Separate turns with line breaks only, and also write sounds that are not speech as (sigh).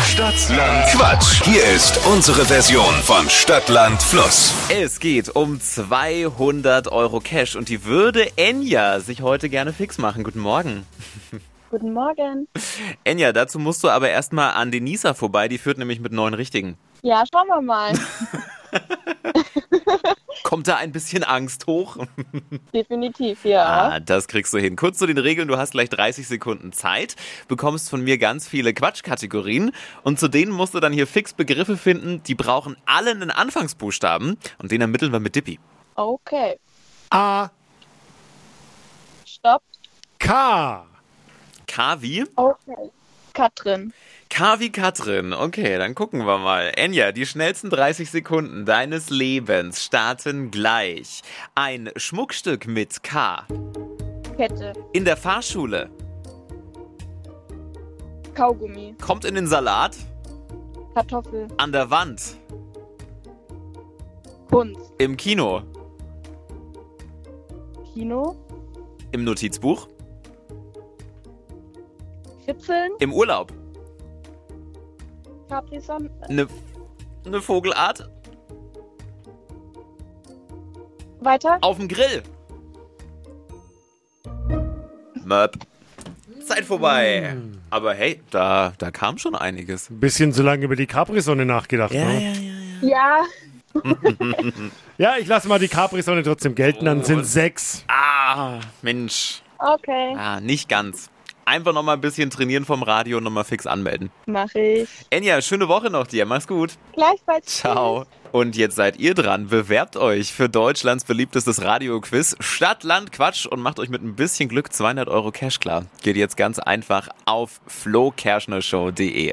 Stadtland Quatsch. Hier ist unsere Version von Stadtland Fluss.
Es geht um 200 Euro Cash und die würde Enya sich heute gerne fix machen. Guten Morgen.
Guten Morgen.
Enya, dazu musst du aber erstmal an Denisa vorbei, die führt nämlich mit neun Richtigen.
Ja, schauen
(laughs)
wir mal.
Kommt da ein bisschen Angst hoch?
Definitiv, ja.
Ah, das kriegst du hin. Kurz zu den Regeln, du hast gleich 30 Sekunden Zeit, bekommst von mir ganz viele Quatschkategorien und zu denen musst du dann hier fix Begriffe finden, die brauchen alle einen Anfangsbuchstaben und den ermitteln wir mit Dippi.
Okay.
A,
Stopp.
K.
K wie?
Okay. Katrin.
K wie Katrin. Okay, dann gucken wir mal. Enya, die schnellsten 30 Sekunden deines Lebens starten gleich. Ein Schmuckstück mit K.
Kette.
In der Fahrschule.
Kaugummi.
Kommt in den Salat.
Kartoffel.
An der Wand.
Kunst.
Im Kino.
Kino.
Im Notizbuch.
Kitzeln.
Im Urlaub.
Capri-Sonne.
Eine ne Vogelart.
Weiter.
Auf dem Grill. Möp. Zeit vorbei. Aber hey, da, da kam schon einiges.
Ein bisschen zu lange über die Capri-Sonne nachgedacht. ne?
ja.
Ja.
ja ich lasse mal die Capri-Sonne trotzdem gelten,
Oh,
dann sind sechs.
Ah, Mensch.
Okay.
Ah, nicht ganz. Einfach nochmal ein bisschen trainieren vom Radio und nochmal fix anmelden.
Mach ich.
Enya, schöne Woche noch dir. Mach's gut.
Gleichfalls.
Ciao. Und jetzt seid ihr dran. Bewerbt euch für Deutschlands beliebtestes Radioquiz Stadt, Land, Quatsch und macht euch mit ein bisschen Glück 200 Euro Cash klar. Geht jetzt ganz einfach auf flokerschnershow.de.